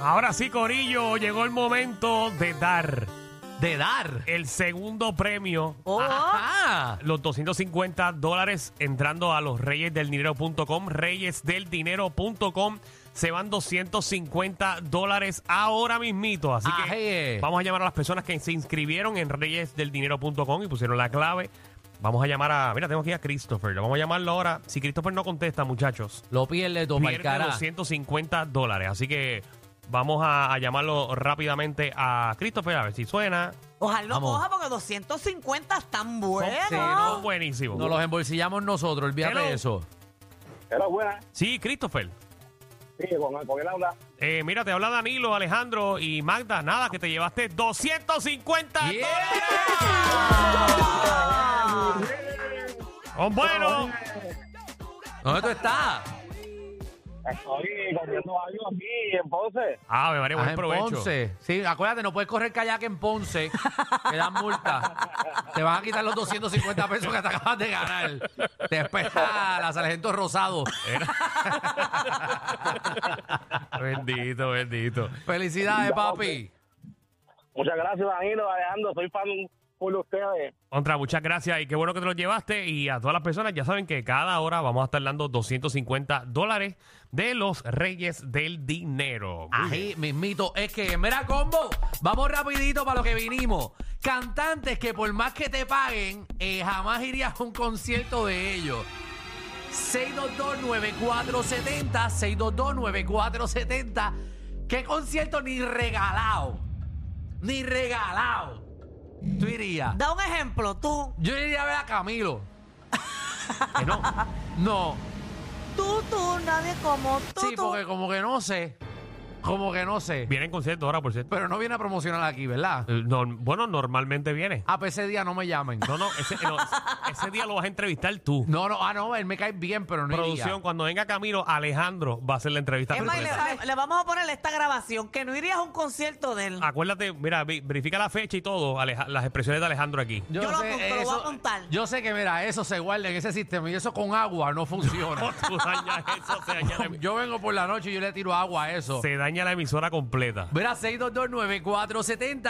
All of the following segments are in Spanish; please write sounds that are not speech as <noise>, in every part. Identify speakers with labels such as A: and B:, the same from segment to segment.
A: Ahora sí, Corillo, llegó el momento de dar
B: De dar.
A: el segundo premio.
B: Oh. Ajá.
A: Los 250 dólares entrando a los reyesdeldinero.com, reyesdeldinero.com. Se van 250 dólares ahora mismito. Así que
B: Aje.
A: vamos a llamar a las personas que se inscribieron en reyesdeldinero.com y pusieron la clave. Vamos a llamar a... Mira, tengo aquí a Christopher. Lo vamos a llamarlo ahora. Si Christopher no contesta, muchachos,
B: Lo pierde tu
A: pierde
B: cara.
A: 250 dólares. Así que vamos a, a llamarlo rápidamente a Christopher a ver si suena.
C: Ojalá lo
B: Vamos.
C: coja porque 250 están buenos.
B: sí, no,
A: Buenísimo.
B: Nos los embolsillamos nosotros, olvídate
A: Hello.
B: de eso.
D: Era buena,
A: Sí, Christopher.
D: sí, con, con él habla.
A: Eh, mira, te habla Danilo, Alejandro y Magda. Nada, que te llevaste 250
B: Yeah.
A: dólares. Son
B: Oh.
A: buenos.
B: ¿Dónde tú estás?
D: Estoy corriendo años aquí en Ponce.
A: Ah, me vale,
B: Ah,
A: buen
B: en
A: provecho.
B: Ponce. Sí, acuérdate, no puedes correr kayak en Ponce. Te dan multa. Te van a quitar los 250 pesos que te acabas de ganar. Te espera la Sargento Rosado.
A: Bendito, bendito.
B: Felicidades, papi.
D: Muchas gracias, Danilo, Alejandro. Soy fan full de ustedes.
A: Contra, muchas gracias y qué bueno que te lo llevaste. Y a todas las personas ya saben que cada hora vamos a estar dando 250 dólares de los Reyes del Dinero. Muy bien.
B: Ahí mismito es que, mira, combo, vamos rapidito para lo que vinimos. Cantantes que por más que te paguen, eh, jamás irías a un concierto de ellos. 622-9470, 622-9470. ¿Qué concierto ni regalado? Ni regalado. Tú irías.
C: Da un ejemplo, tú,
B: Yo iría a ver a Camilo.
C: <laughs>
A: Que no.
B: No,
C: tú, tú, nadie como tú.
B: sí,
C: tú.
B: porque como que no sé. Como que no sé.
A: Vienen conciertos ahora, por cierto.
B: Pero no viene a promocionar aquí, ¿verdad?
A: Eh, no, bueno, normalmente viene.
B: Ah, pues ese día no me
A: <laughs>
B: llamen.
A: No, no, ese, eh, no, ese día lo vas a entrevistar tú.
B: No, no, ah, no, él me cae bien, pero no
A: Producción,
B: iría.
A: cuando venga Camilo, Alejandro va a hacer la entrevista.
C: Es más,
A: completa.
C: le, le vamos a poner esta grabación, que no irías a un concierto de él.
B: Ah,
A: Acuérdate, mira, vi- verifica la fecha y todo, Aleja- las expresiones de Alejandro aquí. <laughs>
C: Yo lo apunto, lo voy a apuntar.
B: Yo sé que, mira, eso se guarda en ese sistema y eso con agua
A: <laughs>
B: no
A: No,
B: funciona.
A: tú dañas eso, se daña, la,
B: <laughs> yo vengo por la noche y yo le tiro agua a eso.
A: se daña la emisora completa.
B: Mira, 6229470,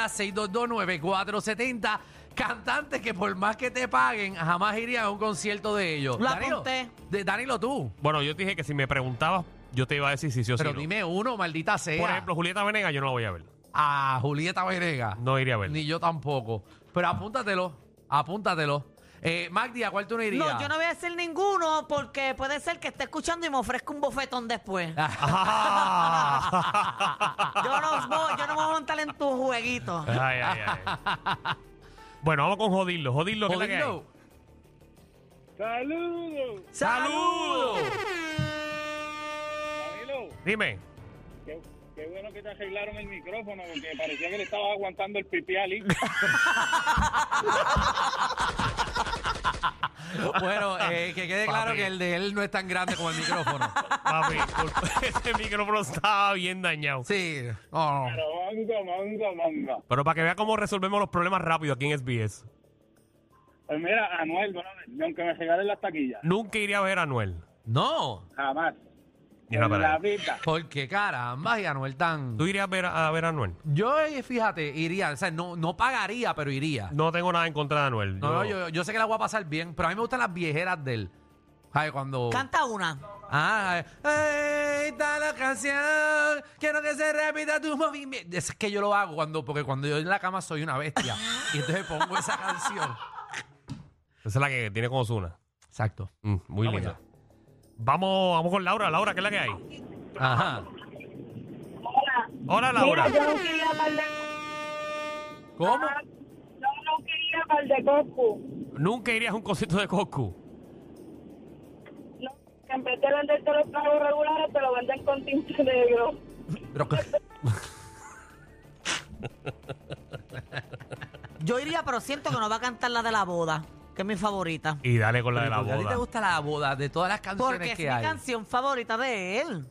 B: 6229470. Cantantes que por más que te paguen, jamás irían a un concierto de ellos.
C: Lo
B: Danilo,
C: apunté.
B: de- Danilo, tú.
A: Bueno, yo te dije que si me preguntabas, yo te iba a decir si sí o si
B: Pero
A: no.
B: dime uno, maldita sea.
A: Por ejemplo, Julieta Venegas, yo no la voy a ver.
B: a Julieta Venegas.
A: No iría a verla.
B: Ni yo tampoco. Pero apúntatelo, apúntatelo. Eh, Magdi, ¿a cuál tú no irías?
C: No, yo no voy a decir ninguno porque puede ser que esté escuchando y me ofrezca un bofetón después.
A: Ah.
C: Yo no, voy- yo no me voy a montar en tu
B: <laughs>
C: jueguito.
A: <laughs> Ay, ay, ay. Bueno, vamos con jodirlo. Jodirlo, ¿qué es la que hay?
B: Jodido.
D: ¡Saludos!
A: ¡Saludos!
D: Danilo,
A: Dime.
D: qué, qué bueno que te arreglaron el micrófono porque parecía que le estabas aguantando el pipí a Ali.
B: Bueno, eh, que quede claro
A: Papi.
B: que el de él no es tan grande como el micrófono. <laughs>
A: Papi, por- ese micrófono estaba bien dañado.
B: Sí, no, no.
D: Pero manga, manga, manga.
A: Pero para que vea cómo resolvemos los problemas rápido aquí en SBS.
D: Pues mira, Anuel, brother, aunque me regalen las taquillas,
A: Nunca iría a ver a Anuel.
B: No,
D: jamás.
A: Mira
D: En
A: para
D: la
A: allá.
D: vida.
B: porque caramba, y Anuel tan...
A: ¿Tú irías a ver a, a ver a Anuel?
B: Yo, eh, fíjate, iría, o sea, no, no pagaría, pero iría.
A: No tengo nada en contra de Anuel.
B: No, no, yo, yo sé que la voy a pasar bien, pero a mí me gustan las viejeras de él. Ay, cuando...
C: Canta una.
B: Ah, ay, está la canción, quiero que se repita tu movimiento. Es que yo lo hago cuando, porque cuando yo en la cama soy una bestia. y entonces pongo esa canción.
A: Esa es la que tiene con Osuna. Mm,
B: Exacto.
A: muy
B: Vamos
A: linda.
B: ya.
A: Vamos, vamos con Laura. Laura, ¿qué es la que hay?
B: Ajá.
A: Hola, Laura.
E: Mira, yo no quería hablar de,
B: ¿Cómo?
E: yo no quería hablar de Goku.
A: Nunca irías a un concierto de Coscu.
E: No, que en vez de venderte los carros regulares, te lo venden con tinte negro.
B: Pero que-
C: Yo iría, pero siento que no va a cantar la de la boda, que es mi favorita.
A: Y dale con la de
B: pero
A: la
B: ¿por qué ¿A ti te
A: boda.
B: gusta la boda de todas las canciones
C: Porque es mi
B: que hay?
C: canción favorita de él.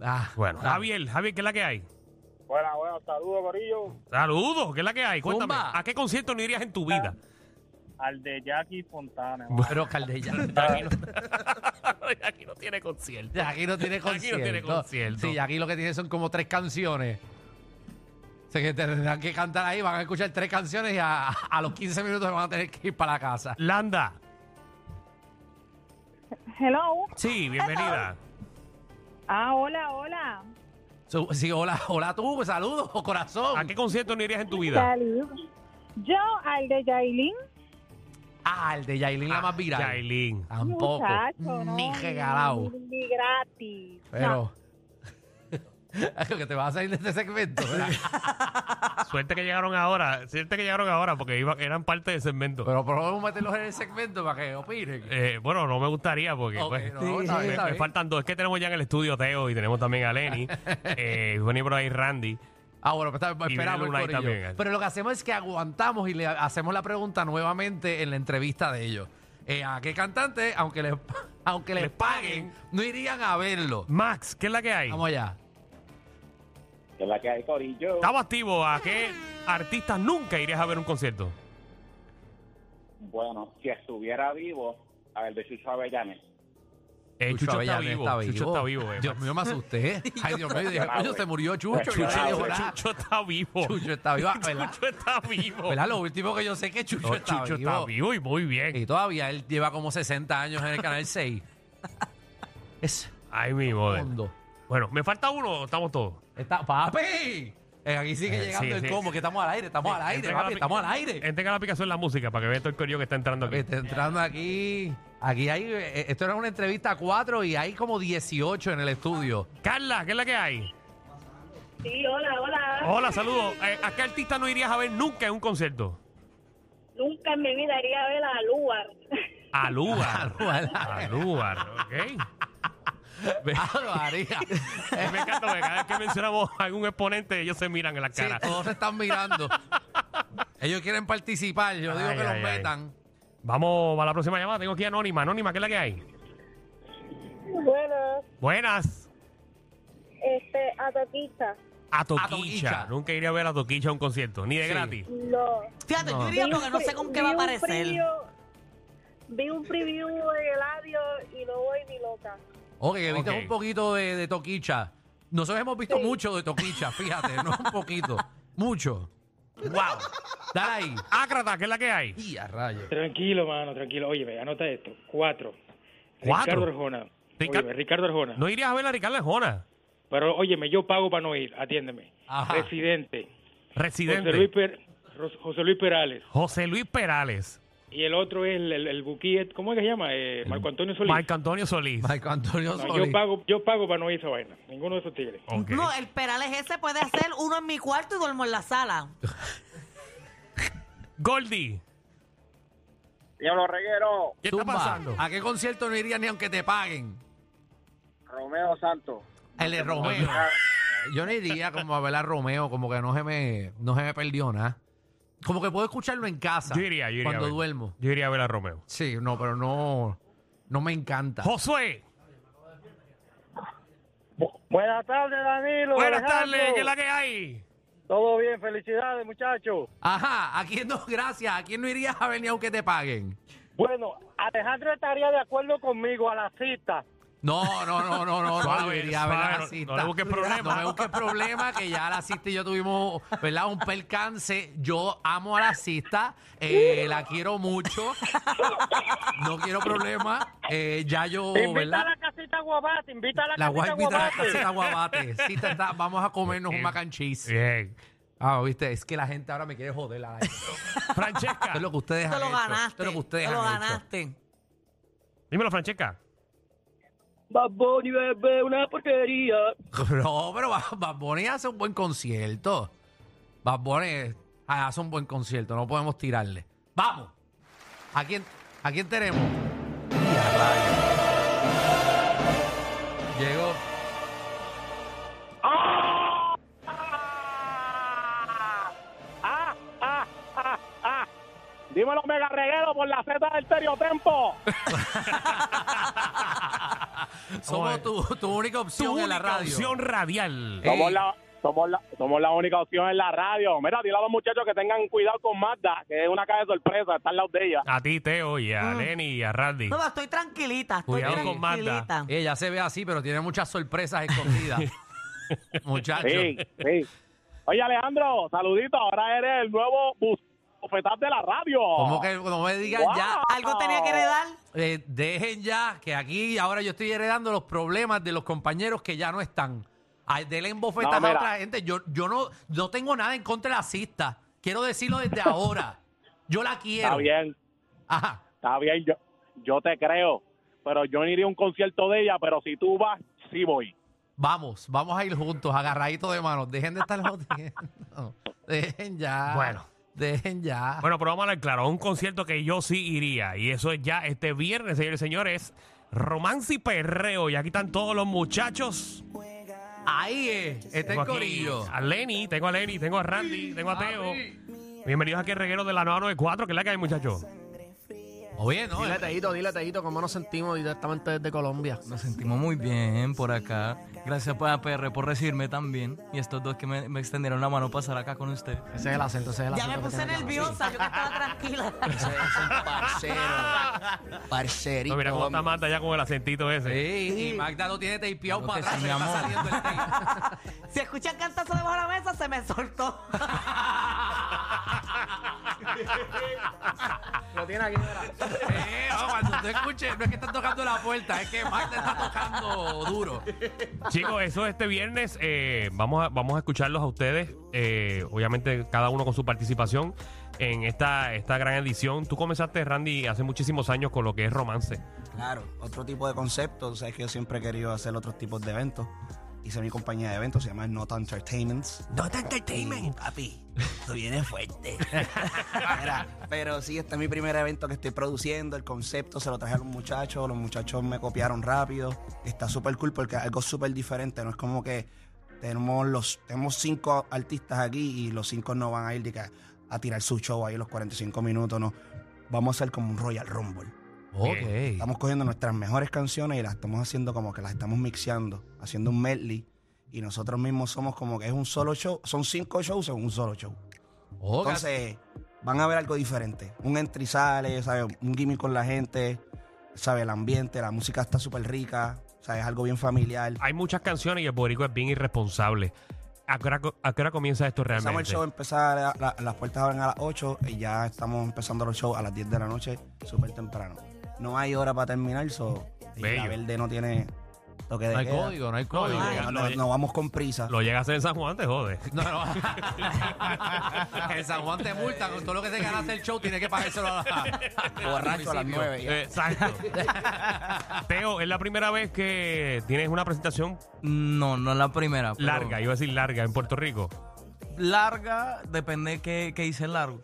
B: Ah,
A: Bueno,
B: ah,
A: Javier, Javier, ¿qué es la que hay?
D: Bueno, bueno, saludos, Corillo.
A: Saludos, ¿qué es la que hay? Cuéntame,
B: Zumba.
A: ¿a qué concierto no irías en tu vida?
D: Al de Jackie Fontana.
A: <laughs>
B: Pero Caldella.
A: Jackie no- Aquí no tiene concierto.
B: Jackie no tiene
A: Jackie
B: concierto.
A: no tiene concierto.
B: Sí, Jackie lo que tiene son como tres canciones. O sea, que tendrán que cantar ahí, van a escuchar tres canciones y a, a los 15 minutos van a tener que ir para la casa.
A: Landa.
E: Hello.
A: Sí, bienvenida.
E: Ah, hola, hola.
B: So, sí, hola, hola tú, pues, saludos, <laughs> corazón.
A: ¿A qué concierto no irías en tu vida?
E: Salud. Yo al de Yailin.
B: Ah, el de Yailin la más viral.
A: Yailin.
B: Tampoco.
E: Muchacho, no,
B: ni regalado.
E: Ni, ni gratis. No.
B: <laughs> Pero. Creo que te vas a salir de este segmento. ¿verdad?
A: Suerte que llegaron ahora. Suerte que llegaron ahora porque iba- eran parte del segmento.
B: Pero por lo menos meterlos en el segmento para que opinen.
A: Eh, bueno, no me gustaría porque
B: Ok,
A: pues,
B: no, está bien,
A: me,
B: está
A: me
B: bien.
A: faltan dos. Es que tenemos ya en el estudio a Teo y tenemos también a
B: <laughs>
A: Lenny. eh, venir por ahí Randy.
B: Ah, bueno, pues está-
A: viene
B: esperamos el
A: Lunay
B: corillo.
A: también. ¿eh?
B: Pero lo que hacemos es que aguantamos y le hacemos la pregunta nuevamente en la entrevista de ellos. Eh, ¿A qué cantante, aunque les, <laughs> aunque les,
A: Les
B: paguen,
A: paguen.
B: no irían a verlo?
A: Max, ¿qué es la que hay?
B: Vamos allá.
F: Que la que hay, Corillo.
A: Estamos activos. ¿A qué artistas nunca irías a ver un concierto?
F: Bueno, si estuviera vivo, a ver, de Chucho Avellanes.
A: Eh, Chucho, está,
B: Avellaneda
A: vivo.
B: está
A: Chucho está vivo. eh,
B: Dios
A: Max.
B: mío, me asusté. <laughs> ¿eh? Ay, Dios mío, dije,
F: Yo-
B: coño, se murió Chucho.
F: Chucho,
B: yo no digo
F: Chucho,
B: nada.
A: Chucho está vivo.
B: Chucho está vivo, Ah, ¿verdad?
A: Chucho está vivo.
B: ¿Verdad? Lo último que yo sé es que Chucho,
A: No,
B: está,
A: Chucho
B: vivo.
A: está vivo y muy bien.
B: Y todavía él lleva como 60 años en el Canal 6. <laughs> es
A: Ay, mi madre.
B: hondo.
A: Bueno, me falta uno, o estamos todos.
B: Está, papi. Eh, aquí sigue
A: Eh,
B: llegando
A: sí,
B: el
A: sí.
B: como, que estamos al aire, estamos al aire,
A: Entrega la
B: papi, Eh,
A: apli-
B: estamos al aire.
A: Entrega la aplicación la música para que vean todo el corillo que está entrando aquí.
B: Está entrando aquí. Aquí hay. eh, Esto era una entrevista a cuatro y hay como 18 en el estudio.
A: Carla, ¿qué es la que hay?
E: Sí, hola, hola.
A: Hola, saludos. Eh, ¿A qué artista no irías a ver nunca en un concierto?
E: Nunca en mi vida iría a ver a Lugar.
A: A
B: <laughs>
A: Lugar.
B: Álvaro.
A: A Lugar, ok.
B: Álvaro, <laughs> María.
A: A mí me encanta porque cada vez que mencionamos a algún exponente, ellos se miran en la
B: Sí,
A: cara.
B: todos se están mirando. <laughs> Ellos quieren participar, yo digo
A: Ay,
B: que los
A: ay, ay.
B: metan.
A: Vamos a la próxima llamada. Tengo aquí a Anónima. Anónima, ¿qué es la que hay?
E: Bueno,
A: Buenas.
E: este, a Toquita.
A: A Toquicha.
B: Toquicha.
A: Nunca iría a ver a Toquicha a un concierto, ni de
B: Sí.
A: gratis.
E: No.
C: Fíjate, yo iría porque no sé con qué va a aparecer.
E: Vi un preview en el audio y no voy ni loca.
B: Ok, que viste
A: Ok.
B: un poquito de, de Toquicha. Nosotros hemos visto mucho de Toquicha, fíjate, no un poquito, mucho.
A: ¡Wow!
B: Dale ahí.
A: Ácrata, ¿qué es la que hay?
B: Y a rayos.
G: Tranquilo, mano, tranquilo. Oye, ve, anota esto. Cuatro.
A: ¿Cuatro?
G: Ricardo Arjona.
A: Rica-
G: Oye, ve, Ricardo Arjona.
A: No irías a ver a Ricardo Arjona.
G: Pero, óyeme, yo pago para no ir. Atiéndeme.
B: Ajá.
G: Residente. José Luis,
A: Residente.
G: Per- Ros- José Luis Perales.
A: José Luis Perales.
G: Y el otro es el, el, el Buquí, ¿Cómo es que se llama? Eh, Marco Antonio Solís.
A: Marco Antonio Solís.
B: Marco Antonio
G: No,
B: Solís.
G: yo pago yo pago para no ir a esa vaina. Ninguno de esos tigres.
A: Ok.
C: No, el Perales ese puede hacer uno en mi cuarto y duermo en la sala.
A: Goldie,
D: Diablo Reguero,
A: ¿qué
B: Zumba, Ah,
A: está pasando?
B: ¿A qué concierto no irías ni aunque te paguen?
D: Romeo Santo.
B: El de Romeo. Yo no iría como a ver a Romeo, como que no se me, no se me perdió nada. Como que puedo escucharlo en casa.
A: Yo iría, yo iría. a
B: Cuando
A: ver.
B: duermo.
A: Yo iría a ver a Romeo.
B: Sí, no, pero no, no me encanta.
A: Josué,
D: Buenas tardes, Danilo.
A: buenas
D: Alejandro.
A: tardes, ¿qué es la que hay?
D: Todo bien, felicidades, muchachos.
B: Ajá, ¿a quién no? Gracias. ¿A quién no irías a ver ni aunque te paguen?
D: Bueno, Alejandro estaría de acuerdo conmigo a la cita.
B: No, no, no, no, no, no, yo
A: Suave,
B: iría a ver a
A: suave,
B: la
A: no-
B: cita.
A: no le busques problema.
B: No me busques problema, que ya la cita y yo tuvimos, ¿verdad? Un percance. Yo amo a la cita, eh, la quiero mucho. No quiero problema. Eh, ya yo,
D: Invita a
B: ¿verdad?
D: la casita Guabate, invita a la,
B: La voy a
D: casita
B: invitar a la
D: Guabate.
B: casita Guabate. Cita está- vamos a comernos un
A: Eh,
B: mac and cheese.
A: Bien.
B: Ah, viste, es que la gente ahora me quiere joder. La Esto
A: Francesca,
B: <laughs> es lo que ustedes
C: Te
B: han
C: lo
B: hecho.
C: ganaste.
B: Esto es lo que ustedes
C: te lo
B: han hecho.
C: ganaste.
A: dímelo, Francesca.
D: Bad Bunny, bebé, una porquería.
B: <laughs> No, pero Ba- Bad Bunny hace un buen concierto. Bad Bunny hace un buen concierto, no podemos tirarle. ¡Vamos! ¿A quién, a quién tenemos? Y a rayos. Llegó.
D: Ah, ah, ah, ah. Dímelo, Mega Reguero, por la Z del Stereotempo.
B: Somos tu, tu única opción
A: Tu
B: en la
A: única
B: radio.
A: opción radial.
B: Eh,
D: Somos la, Somos la, somos la única opción en la radio. Mira, dile a los muchachos que tengan cuidado con Mazda, que es una caja de sorpresa, está al lado de ella.
A: A ti, Teo, y
B: Mm.
A: a Lenny y a Randy.
C: No, estoy tranquilita, estoy
A: Cuidado con Magda. Eh.
C: tranquilita.
B: Ella se ve así, pero tiene muchas sorpresas escondidas.
D: <laughs>
B: Muchachos.
D: Sí, sí. Oye, Alejandro, saludito. Ahora eres el nuevo bus- bufetaz de la radio.
B: Como que no me digan
D: Wow.
B: ya.
C: Algo tenía que heredar.
B: Eh, dejen ya, que aquí ahora yo estoy heredando los problemas de los compañeros que ya no están. Ay, denle bofetadas
D: No,
B: a
D: mira.
B: otra gente. Yo, yo no, no tengo nada en contra de la cista. Quiero decirlo desde ahora. Yo la quiero.
D: Está bien,
B: Ajá.
D: está bien. Yo, yo te creo. Pero yo no iría a un concierto de ella, pero si tú vas, sí voy.
B: Vamos, vamos a ir juntos, agarraditos de manos. Dejen de estar jodiendo. Dejen ya.
A: Bueno.
B: Dejen ya.
A: Bueno, pero vamos a hablar claro. Un concierto que yo sí iría. Y eso es ya este viernes, señores y señores. Romance y perreo. Y aquí están todos los muchachos.
B: Ahí es. Está
A: Tengo
B: el
A: aquí
B: corillo.
A: A Lenny, tengo a Lenny, tengo a Randy, tengo a Teo. Bienvenidos aquí al reguero de la 994, que es la que hay, muchachos.
B: Oye, no.
H: Dile,
B: eh,
H: Teito, dile, Teito, cómo nos sentimos directamente desde Colombia.
I: Nos sentimos muy bien por acá. Gracias pues, a PR por recibirme también. Y estos dos que me, me extendieron la mano para estar acá con ustedes.
H: Ese es el acento, ese es el
C: Ya
H: acento.
C: me
H: que
C: puse
H: tiene
C: nerviosa, yo que estaba
A: <laughs>
H: que
C: tranquila.
H: hablar. Ese es un parcero. Parcerito.
A: No, mira cómo está
H: hombre.
A: Marta ya con el acentito ese.
B: Sí, y Magda lo tiene tapeado
I: Claro
B: para
I: que
B: atrás. se
I: sí, mi
B: le está
I: amor.
B: saliendo el tape.
C: Si escuchan cantazo debajo de la mesa, se me soltó.
A: <laughs>
H: Lo tiene aquí, mira.
B: Eh, no, cuando tú escuches, no es que están tocando la puerta, es que Magda está tocando duro.
A: Chicos, eso este viernes. eh, vamos, a, vamos a escucharlos a ustedes. eh, obviamente, cada uno con su participación en esta, esta gran edición. Tú comenzaste, Randy, hace muchísimos años con lo que es romance.
J: Claro, otro tipo de concepto. Tú sabes que yo siempre he querido hacer otros tipos de eventos. Hice mi compañía de eventos, se llama Nota Entertainments. Nota Entertainment. Papi, tú vienes fuerte. <laughs> Mira, pero sí, este es mi primer evento que estoy produciendo. El concepto se lo traje a los muchachos. Los muchachos me copiaron rápido. Está súper cool porque es algo súper diferente. No es como que tenemos los tenemos cinco artistas aquí y los cinco no van a ir de que a, a tirar su show ahí los 45 minutos. No, vamos a hacer como un Royal Rumble.
B: Ok.
J: Estamos cogiendo nuestras mejores canciones y las estamos haciendo como que las estamos mixeando, haciendo un medley. Y nosotros mismos somos como que es un solo show. Son cinco shows en un solo show. Entonces, van a ver algo diferente. Un entry sale, ¿sabes? Un gimmick con la gente, ¿sabes? El ambiente, la música está súper rica, ¿sabes? Algo bien familiar.
A: Hay muchas canciones y el Borico es bien irresponsable. ¿A qué hora, co- a qué hora comienza esto
J: Empezamos
A: realmente?
J: el show, empezar a- la- las puertas abren a las 8 y ya estamos empezando los shows a las 10 de la noche, súper temprano. No hay hora para terminar, so, y
A: Bello.
J: la verde no tiene toque de
B: No hay
J: queda.
B: código, no hay
A: No,
B: código.
A: no,
J: eh, No,
A: Lo-
J: no, no vamos con prisa.
A: Lo llega a hacer en San Juan, te jode.
B: No, <laughs> no. En San Juan te multa con todo lo que te ganaste el show, tienes que pagárselo a la,
J: Borracho a las nueve. ya. <laughs>
A: Exacto. Teo, es la primera vez que tienes una presentación
I: No, no es la primera. pero-
A: larga, iba a decir larga, en Puerto Rico.
I: Larga, depende qué, qué hice largo.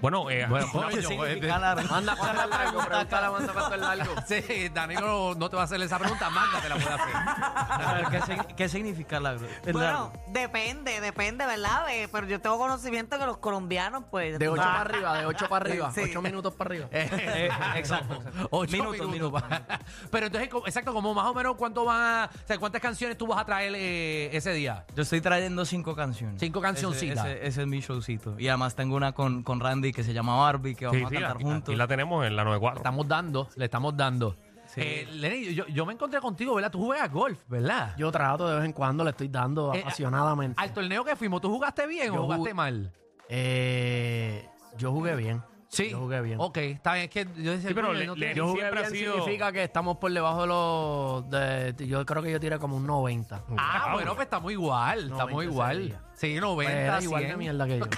A: Bueno, eh,
I: ¿Qué significa largo?
H: Manda cuánto es largo, pregúntale a Manda cuánto es largo.
B: Sí, Danilo no te va a hacer esa pregunta, Magda te la puede hacer.
I: A ver, ¿qué, sig- qué significa largo? Es
C: Bueno,
I: largo.
C: depende, depende, ¿verdad? Eh, pero yo tengo conocimiento que los colombianos, pues.
H: De 8
C: ah,
H: para arriba, de 8 para arriba.
C: Sí.
H: 8 minutos para
B: <laughs>
H: arriba.
I: Eh, exacto. exacto.
B: Ocho
I: Minutos,
B: minutos.
I: minutos.
B: Pero entonces, co- exacto, como más o menos cuánto van a, o sea, cuántas canciones tú vas a traer eh, ese día.
I: Yo estoy trayendo cinco canciones.
B: Cinco cancioncitas.
I: Ese, ese- ese es mi showcito. Y además tengo una con, con Randy que se llama Barbie, que vamos a cantar
A: aquí,
I: juntos.
A: aquí la tenemos en la 94.
B: Estamos dando, le estamos dando.
I: Sí.
B: Eh, Lenny, yo, yo me encontré contigo, ¿verdad? Tú juegas golf, ¿verdad?
H: Yo trato de vez en cuando, le estoy dando
B: Eh,
H: apasionadamente.
B: Al torneo que fuimos, ¿tú jugaste bien o
H: Yo
B: jugaste
H: ju-
B: mal?
H: Eh, yo jugué bien. Yo jugué bien.
B: Ok, está bien. Es que yo decía,
A: Sí, pero
B: coño,
A: le-
B: no
A: le-
B: tiene-
A: yo
H: Yo jugué
A: Siempre ha
H: bien
A: sido-
H: significa que estamos por debajo de los... de- yo creo que yo tiré como un 90.
B: Ah, bueno, pues estamos igual,
H: No,
B: estamos
H: 20
B: igual.
H: sería.
B: Sí,
H: Pues
B: 90,
H: era igual
B: 100.
H: de mierda que yo.
B: <laughs>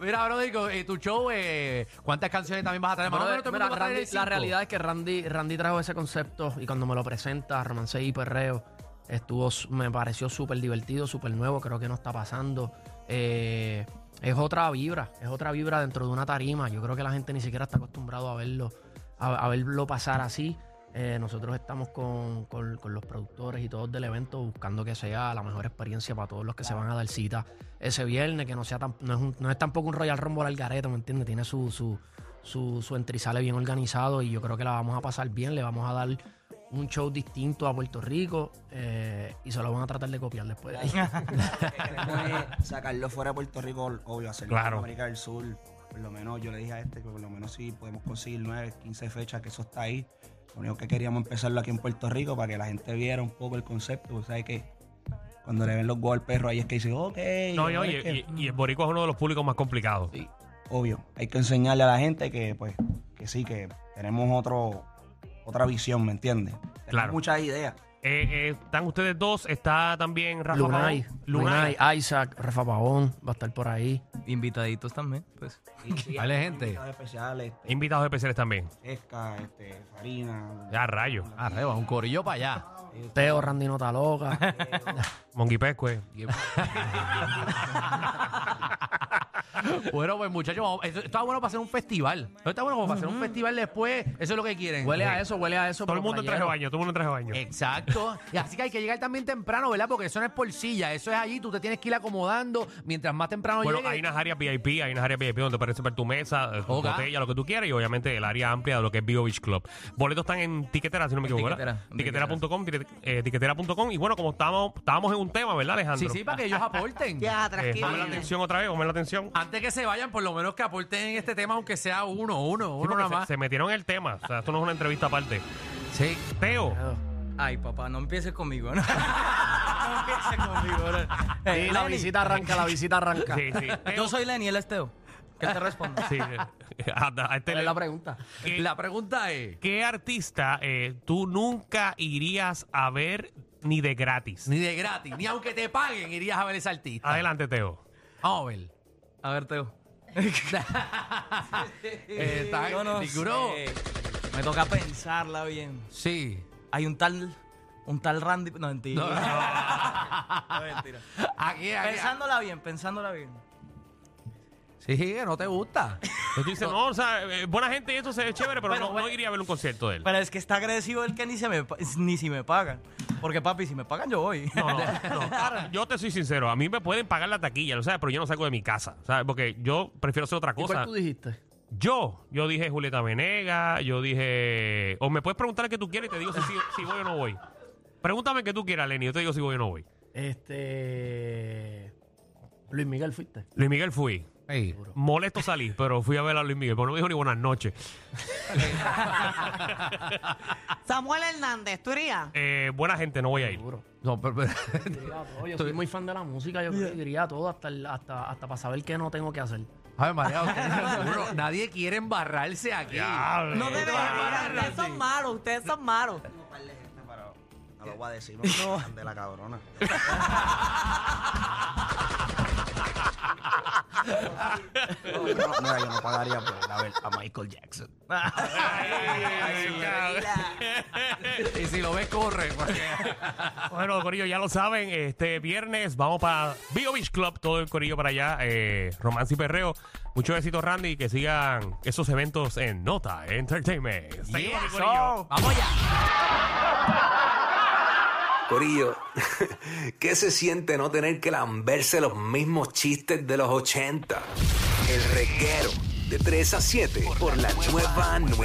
B: Mira, bro, digo, eh, tu show, eh, ¿cuántas canciones también vas a traer? Más o
H: Brother,
B: menos todo el
H: mira,
B: mundo va a traer
H: Randy- la
B: cinco.
H: realidad es que Randy, Randy trajo ese concepto y cuando me lo presenta, romance y perreo, estuvo, s- me pareció súper divertido, súper nuevo, creo que no está pasando. Eh, es otra vibra, es otra vibra dentro de una tarima. Yo creo que la gente ni siquiera está acostumbrado a verlo, a, a verlo pasar así. Eh, nosotros estamos con, con- con los productores y todos del evento buscando que sea la mejor experiencia para todos los que se van a dar cita ese viernes, que no sea tan- no, es un- no es tampoco un Royal Rumble al garete, ¿me entiendes? Tiene su, su, su, su entrizale bien organizado y yo creo que la vamos a pasar bien, le vamos a dar un show distinto a Puerto Rico eh, y se lo van a tratar de copiar después
J: <laughs>
H: de ahí.
J: Sacarlo fuera de Puerto Rico, obvio, hacerlo
A: Claro.
J: en América del Sur. Por lo menos yo le dije a este que por lo menos sí podemos conseguir 9, 15 fechas, que eso está ahí. Lo único que queríamos empezarlo aquí en Puerto Rico para que la gente viera un poco el concepto. Pues, ¿Sabes que Cuando le ven los goles al perro ahí es que dice, ok.
A: No, y,
J: ahora
A: oye,
J: es que- mm.
A: y- y el boricua es uno de los públicos más complicados.
J: Sí, obvio. Hay que enseñarle a la gente que, pues, que sí, que tenemos otro, otra visión, ¿me entiendes? Tenemos
A: Claro.
J: muchas ideas.
A: Eh, eh, están ustedes dos, está también Rafa
H: Lunay,
A: Pavón.
H: Lunay,
A: Lunay.
H: Isaac, Rafa Pavón, va a estar por ahí.
I: Invitaditos también, pues.
B: Vale, gente.
J: especiales, este,
A: Invitados especiales también.
J: Esca, este, Farina.
A: Ah, rayo.
B: Arriba, un corillo para allá.
H: Teo, Randy Notaloca.
A: Monguipescue.
B: <laughs> Bueno, pues muchachos, vamos- esto está bueno para hacer un festival. Esto está bueno como para hacer un festival después. Eso es lo que quieren. Eh,
H: huele a eso, huele a eso.
A: Todo el
H: pero
A: mundo en traje de
H: playero.
A: baño, todo el mundo en traje de baño.
B: Exacto. Y así que hay que llegar también temprano, ¿verdad? Porque eso no es por silla, eso es allí. Tú te tienes que ir acomodando. Mientras más temprano
A: Bueno,
B: llegues-
A: hay unas áreas VIP, hay unas áreas VIP donde puedes ver tu mesa, eh, tu
B: Ok.
A: botella, lo que tú quieras y obviamente el área amplia de lo que es Vivo Beach Club. Boletos están en Tiquetera, si no me equivoco, ¿verdad?
I: Tiquetera.
A: Tiquetera.com, tiquet- eh, tiquetera.com y bueno, como estábamos, estábamos en un tema, ¿verdad,
B: Sí,
A: Alejandro?
B: sí, para que ellos <laughs> aporten.
C: Ya,
A: Eh,
C: tranquilo.
A: ponme la atención otra vez, ponme la atención.
B: Antes que se vayan, por lo menos que aporten en este tema, aunque sea uno, uno,
A: Sí,
B: uno
A: porque
B: nada
A: se,
B: más.
A: se metieron en el tema, o sea, esto no es una entrevista aparte.
B: <laughs> Sí.
A: Teo,
B: Ah,
I: Ay, papá, no empieces conmigo,
H: <laughs>
I: ¿no? no empieces conmigo, bro. Eh,
H: Sí, la
I: Lenny.
H: visita arranca, la visita arranca.
A: sí,
B: <laughs>
A: sí, Teo,
I: Yo soy Lenny, él es Teo. ¿Qué te respondo?
A: sí, <laughs> eh, a- a este
H: ¿Cuál
A: le-
H: es la pregunta?
A: ¿Qué,
B: La pregunta es.
A: qué artista eh, tú nunca irías a ver ni de gratis?
B: Ni de gratis, ni aunque te paguen, irías a ver ese artista.
A: Adelante, Teo.
B: Vamos a ver.
I: A ver,
H: <laughs>
I: Teo.
B: Eh, está-
I: Yo no
B: ninguno.
I: sé. Me toca pensarla bien.
B: Sí.
I: Hay un tal. Un tal Randy. No, mentira. <laughs> No,
H: <laughs>
I: mentira.
B: Aquí, aquí.
I: Pensándola bien, pensándola bien.
B: Sí, que no te gusta.
A: Entonces tú dices, no, o sea, eh, buena gente y eso se ve chévere, pero,
I: Pero,
A: no,
I: bueno.
A: no iría a ver un concierto de él.
I: Pero es que está agresivo el que ni, se me, pa- ni si me pagan. Porque, papi, si me pagan, yo voy.
A: No, no,
H: <laughs>
A: no. Ah, Yo te soy sincero, a mí me pueden pagar la taquilla, ¿lo sabes? Pero yo no salgo de mi casa, ¿sabes? Porque yo prefiero hacer otra
H: ¿Y cuál
A: cosa.
H: tú dijiste?
A: Yo, yo dije Julieta Venegas, yo dije... O me puedes preguntar el que tú quieras y te digo si, si, si voy o no voy. Pregúntame el que tú quieras, Lenny, yo te digo si voy o no voy.
H: Este. Luis Miguel fuiste.
A: Luis Miguel fui.
B: <laughs> Ey.
A: Molesto salí, pero fui a ver a Luis Miguel, pero no me dijo ni buenas noches.
C: Samuel Hernández, ¿tú irías?
A: Eh, buena gente, no voy a ir.
H: Seguro.
B: No, pero, pero-
H: Diría todo, Yo soy muy fan de la música, yo creo que diría todo hasta, el- hasta, hasta para saber qué no tengo que hacer.
B: Ay, María, ustedes <laughs> seguro, nadie quiere embarrarse aquí.
A: Diablo.
C: No te dejes, mira, ustedes son malos, ustedes son malos.
J: Tengo par de gente, este, pero no lo voy
B: <laughs>
J: a decir. No, de la cabrona. No, no, mira, yo no pagaría por a ver a Michael Jackson.
A: Ay, ay, ay, ay,
B: Y si lo ves, corre. porque-
A: Bueno, Corillo, ya lo saben, este viernes vamos para Bio Beach Club, todo el Corillo para allá, eh, Romance y Perreo. Muchos besitos, Randy, y que sigan esos eventos en Nota Entertainment. Seguimos, mi
B: Yeah,
A: corillo.
B: so, Vamos allá.
K: Corillo, ¿qué se siente no tener que lamberse los mismos chistes de los 80? El reguero de 3 a 7 por la nueva nueva.